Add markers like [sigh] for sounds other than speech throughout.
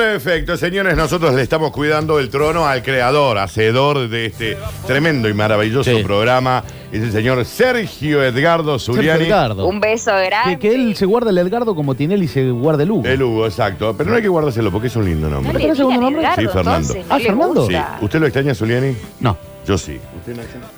Perfecto, señores, nosotros le estamos cuidando el trono al creador, hacedor de este tremendo y maravilloso Sí. programa, es el señor Sergio Edgardo Sergio Zuliani. Edgardo. Un beso Que, grande. que él se guarda el Edgardo como Tinelli se guarda el Hugo. El Hugo, exacto. Pero no hay que guardárselo porque es un lindo No nombre. le ¿Tenés segundo digan nombre? Edgardo, Sí, Fernando. entonces, no Ah, le Fernando. Sí. gusta. ¿Usted lo extraña, Zuliani? No. Yo sí.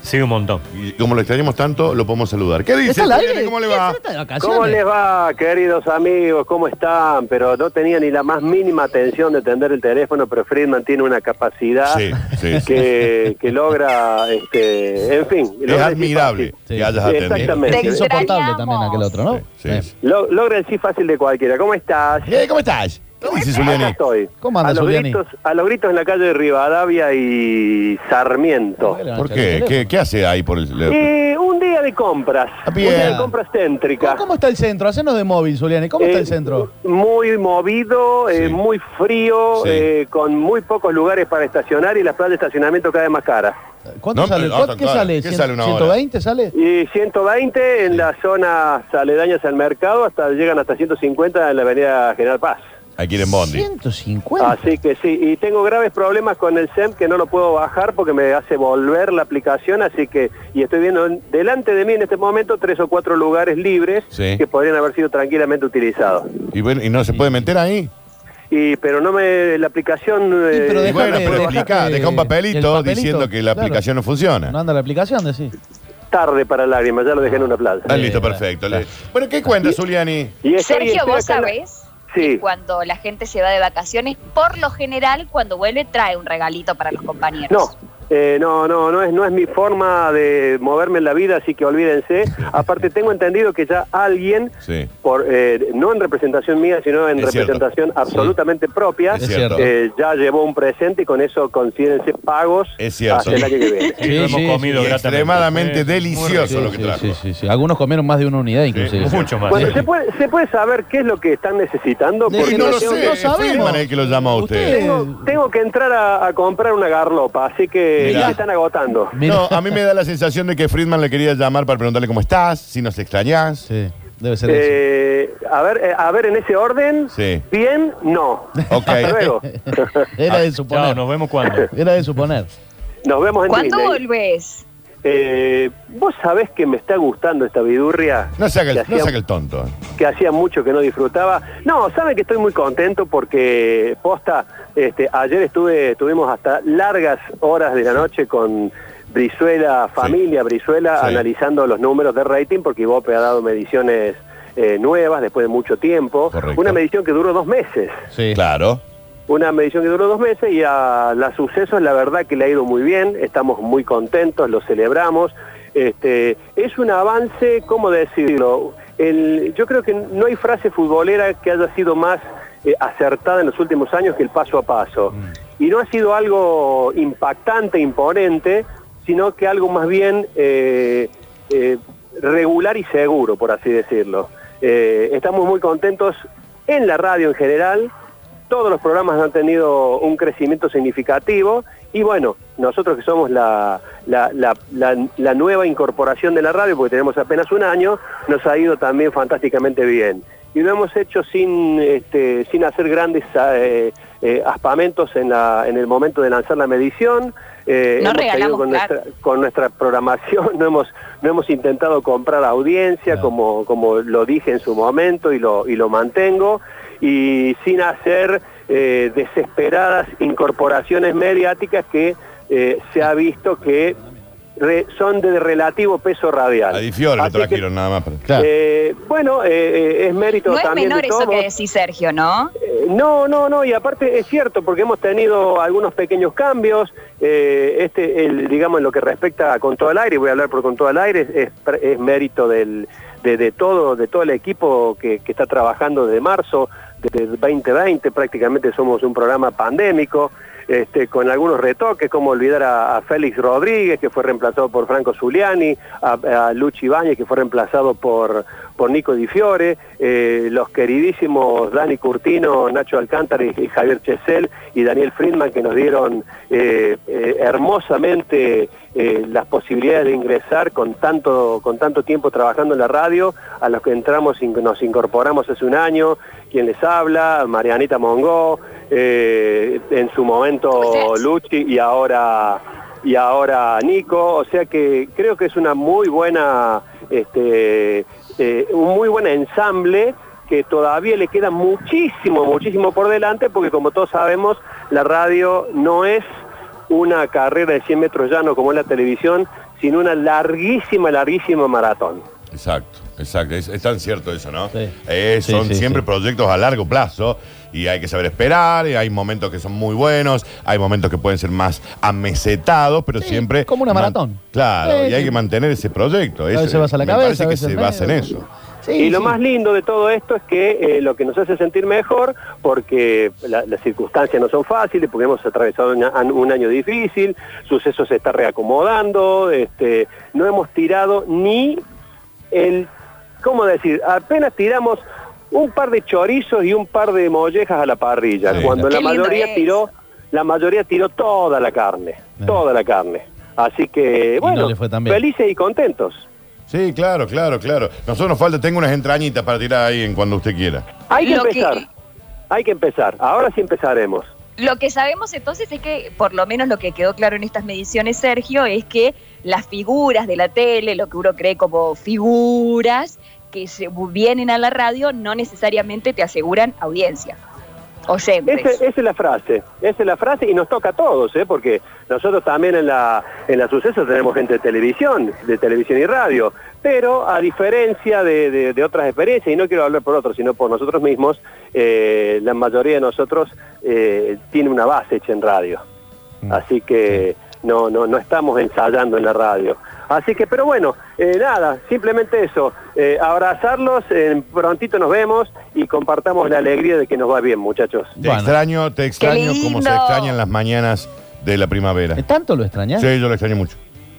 Sí, un montón. Y como lo extrañamos tanto, lo podemos saludar. ¿Qué dice? ¿Está al Zuliani? aire? ¿Cómo le ¿Qué va? se trata de vacaciones? ¿Cómo les va, queridos amigos? ¿Cómo están? Pero no tenía ni la más mínima atención de tender el teléfono, pero Friedman tiene una capacidad Sí, sí, sí. Que, que logra, este, en fin. Es logra admirable decir Sí. que hayas Sí, atendido. exactamente. Es Te insoportable extrañamos. también aquel otro, ¿no? Sí, Eh. sí. fácil. Lo- logra decir fácil de cualquiera. ¿Cómo estás? Eh, ¿Cómo estás? ¿Qué dice Acá Zuliani? estoy. ¿Cómo andas, a los Zuliani? gritos, A los gritos en la calle de Rivadavia y Sarmiento. ¿Por qué? ¿Qué, qué hace ahí por el.? Eh, un día de compras. Ah, bien. Un día de compras céntricas. ¿Cómo, cómo está el centro? Hacenos de móvil, Zuliani. ¿Cómo está Eh, el centro? Muy movido, eh, Sí. muy frío, Sí. eh, con muy pocos lugares para estacionar y las plazas de estacionamiento cada vez más caras. ¿Cuánto No, sale? pero, ¿Cuánto- ah, ¿Qué claro. sale? ¿Qué ¿Cien- sale una hora? ¿120 sale? Y 120 en las zonas aledañas al mercado, hasta llegan hasta 150 en la avenida General Paz. Aquí en Bondi. 150. Así que Ah, sí, y tengo graves problemas con el SEM que no lo puedo bajar porque me hace volver la aplicación, así que, y estoy viendo en- delante de mí en este momento tres o cuatro lugares libres Sí. que podrían haber sido tranquilamente utilizados. ¿Y, bueno, ¿Y no se puede meter ahí? Y, pero no me, la aplicación... Sí, pero eh, déjame- bueno, pero déjame- explica, deja un papelito, el papelito, diciendo que la claro. aplicación no funciona. No anda la aplicación, decís. tarde para lágrimas, ya lo dejé en una plaza. Ah, listo, Eh, perfecto. Le- Bueno, ¿qué cuenta, Zuliani? Y estoy- Sergio, estoy vos acá en la- sabés que Sí, cuando la gente se va de vacaciones, por lo general, cuando vuelve, trae un regalito para los compañeros. no. eh, no, no, no es, no es mi forma de moverme en la vida, así que olvídense. Aparte, tengo entendido que ya alguien, Sí. por, eh, no en representación mía, sino en Es cierto. representación absolutamente propia, Es cierto. eh, ya llevó un presente y con eso considérense pagos Es cierto. hasta el año que [laughs] viene. Sí, lo hemos sí, comido sí. gratamente. Extremadamente Eh, delicioso. muy rico. Eso es lo que sí, trajo. sí, sí, sí. Algunos comieron más de una unidad, inclusive. mucho más. Bueno, Sí. ¿se puede, ¿se puede saber qué es lo que están necesitando? Sí, Y Porque no lo tengo sé, que- es Friedman el que lo llama a usted. Usted- Tengo, tengo que entrar a, a comprar una garlopa, así que Mirá. ya se están agotando. Mira. No, a mí me da la sensación de que Friedman le quería llamar para preguntarle cómo estás, si nos extrañás. Sí, debe ser eso. Eh, a ver, eh, a ver en ese orden. Sí. Bien, no. [laughs] Ok. Hasta luego. Era Ah, de Chao, suponer. nos vemos cuando. Era de suponer. Nos vemos en ¿Cuándo Disney. volvés? Eh, Vos sabés que me está gustando esta vidurria. No se haga que, el, no hacía, se haga el tonto. que hacía mucho que no disfrutaba. No, saben que estoy muy contento porque posta, este, ayer estuve, estuvimos hasta largas horas de la noche con Brizuela, familia Brizuela, Sí. analizando los números de rating porque Ibope ha dado mediciones eh, nuevas después de mucho tiempo. Correcto. Una medición que duró dos meses. Sí. Claro. Una medición que duró dos meses y a la sucesos la verdad que le ha ido muy bien, estamos muy contentos, lo celebramos. Este, es un avance, ¿cómo decirlo? El- yo creo que no hay frase futbolera que haya sido más eh, acertada en los últimos años que el paso a paso. Y no ha sido algo impactante, imponente, sino que algo más bien eh, eh, regular y seguro, por así decirlo. Eh, estamos muy contentos en la radio en general, todos los programas han tenido un crecimiento significativo y bueno, nosotros que somos la, la- la- la- la nueva incorporación de la radio, porque tenemos apenas un año, nos ha ido también fantásticamente bien. Y lo hemos hecho sin, este, sin hacer grandes eh, eh, aspamentos en, la- en el momento de lanzar la medición. Eh, No hemos seguido regalamos, con, claro. nuestra, con nuestra programación, [laughs] no hemos, no hemos intentado comprar audiencia, Claro. como, como lo dije en su momento y lo, y lo mantengo, y sin hacer eh, desesperadas incorporaciones mediáticas que eh, se ha visto que re- son de relativo peso radial. A Di Fiore lo Así que, trajeron nada más. pero- Claro. eh, bueno, eh, eh, es mérito No es también menor de eso todos. que decís, Sergio, ¿no? Eh, No, no, no, y aparte es cierto, porque hemos tenido algunos pequeños cambios, eh, este, el, digamos, en lo que respecta a Con todo al aire, voy a hablar por Con todo al aire, es- es, pr- es mérito del, de, de todo, de todo el equipo que, que está trabajando desde marzo, desde el 2020, prácticamente somos un programa pandémico, este, con algunos retoques, como olvidar a, a Félix Rodríguez, que fue reemplazado por Franco Zuliani, a, a Luchi Ibáñez, que fue reemplazado por, por Nico Di Fiore, eh, los queridísimos Dani Curtino, Nacho Alcántara y, y Javier Chesel y Daniel Friedman, que nos dieron eh, eh, hermosamente eh, las posibilidades de ingresar con tanto, con tanto tiempo trabajando en la radio, a los que entramos, y nos incorporamos hace un año, quien les habla, Marianita Mongó, eh, en su momento Ustedes. Luchi y ahora y ahora Nico, o sea que creo que es una muy buena este eh, un muy buen ensamble que todavía le queda muchísimo, muchísimo por delante, porque como todos sabemos, la radio no es una carrera de 100 metros llano como es la televisión, sino una larguísima, larguísima maratón. Exacto, exacto. Es, es tan cierto eso, ¿no? Sí. Eh, Sí, son sí, siempre sí. proyectos a largo plazo y hay que saber esperar, y hay momentos que son muy buenos, hay momentos que pueden ser más amesetados, pero Sí, siempre... como una man- maratón. Claro, Sí, y hay sí. que mantener ese proyecto. a veces vas a la me cabeza, parece a que veces se al basa en medio. eso. Sí, Y lo sí. más lindo de todo esto es que eh, lo que nos hace sentir mejor, porque la- las circunstancias no son fáciles, porque hemos atravesado una- an- un año difícil, suceso se está reacomodando, este, no hemos tirado ni el, ¿cómo decir? Apenas tiramos un par de chorizos y un par de mollejas a la parrilla, Sí. cuando Qué la lindo mayoría es. tiró, la mayoría tiró toda la carne, Ah. toda la carne. Así que, no bueno, le fue tan bien. felices y contentos. Sí, claro, claro, claro. Nosotros nos falta, tengo unas entrañitas para tirar ahí en cuando usted quiera. Hay que Lo que- empezar. Hay que empezar. Ahora sí empezaremos. Lo que sabemos entonces es que, por lo menos lo que quedó claro en estas mediciones, Sergio, es que las figuras de la tele, lo que uno cree como figuras que se vienen a la radio, no necesariamente te aseguran audiencia. Oyentes. Esa, esa es la frase. Esa es la frase y nos toca a todos, ¿eh? porque nosotros también en la, en la suceso tenemos gente de televisión, de televisión y radio. Pero a diferencia de, de- de otras experiencias, y no quiero hablar por otros, sino por nosotros mismos, eh, la mayoría de nosotros eh, tiene una base hecha en radio. Así que no, no, no estamos ensayando en la radio. Así que, pero bueno, eh, nada, simplemente eso, eh, abrazarlos, eh, prontito nos vemos y compartamos la alegría de que nos va bien, muchachos. Te Bueno. extraño, te extraño como se lindo. extrañan las mañanas de la primavera. ¿Tanto lo extrañas? Sí, yo lo extraño mucho.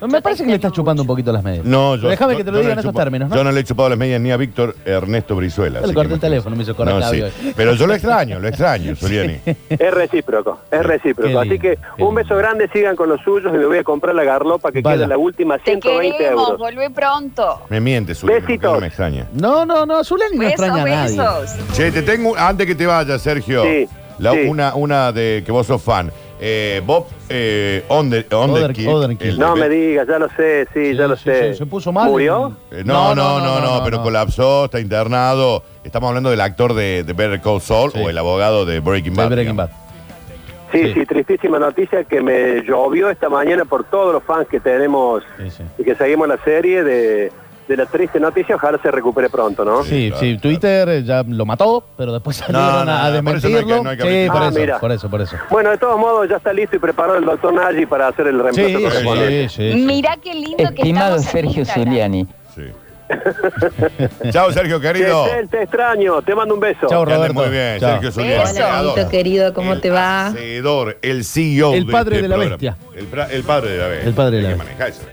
Me parece que le estás chupando un poquito las medias. No, yo. Pero Déjame yo- que te yo lo diga en le he esos chupado- términos, ¿no? Yo no le he chupado las medias ni a Víctor Ernesto Brizuela. Yo le así que corté el imagínate. teléfono, me hizo correr Claudio. Pero yo lo extraño, lo [laughs] extraño, Zuliani. Es recíproco, es Qué recíproco. lindo, Así que qué un lindo. beso grande, sigan con los suyos y me voy a comprar la garlopa que Vaya. queda la última, Te 120 queremos, euros. vuelve pronto. Me miente, Zuliani. porque Besitos. No me extraña. No, no, no, Zulani no Besos, extraña a nadie. besos. Che, te tengo. Antes que te vayas, Sergio. Sí, la- sí. Una, una de que vos sos fan. Eh, Bob eh, Onder, Onderkirk, Odenkirk. el No de- me digas, ya lo sé, sí, Sí, ya lo sí, sé. sí, se puso mal. ¿Murió? Eh, no, no, no, no, pero colapsó, está internado. Estamos hablando del actor de, de Better Call Saul Sí. o el abogado de Breaking Bad. Del Breaking digamos. Bad. Sí, Sí. sí, tristísima noticia que me llovió esta mañana por todos los fans que tenemos Sí, sí. y que seguimos la serie de, de la triste noticia. Ojalá se recupere pronto, ¿no? Sí, Sí, claro, sí, claro. Twitter eh, ya lo mató, pero después salieron no, a, a no, por eso no hay que- desmentirlo. no hay que sí, hablar. por Ah, eso, mira. por eso, por eso. Bueno, de todos modos, ya está listo y preparado el doctor Nagy para hacer el Sí, reemplazo sí, correspondiente. sí, sí. Mirá qué lindo Estimado que estamos en Sergio Instagram. Zuliani, Sí. [laughs] Chao, Sergio, querido. Che, Cel, te extraño, te mando un beso. Chao, Que andes Roberto. Muy bien, Chao. Sergio Zuliani. Hola, creador. Pablito, querido, ¿cómo El te va? Hacedor, el CEO. El padre este de la programa. bestia. El, pra- el padre de la bestia. El padre de la Hay que bestia. manejar eso.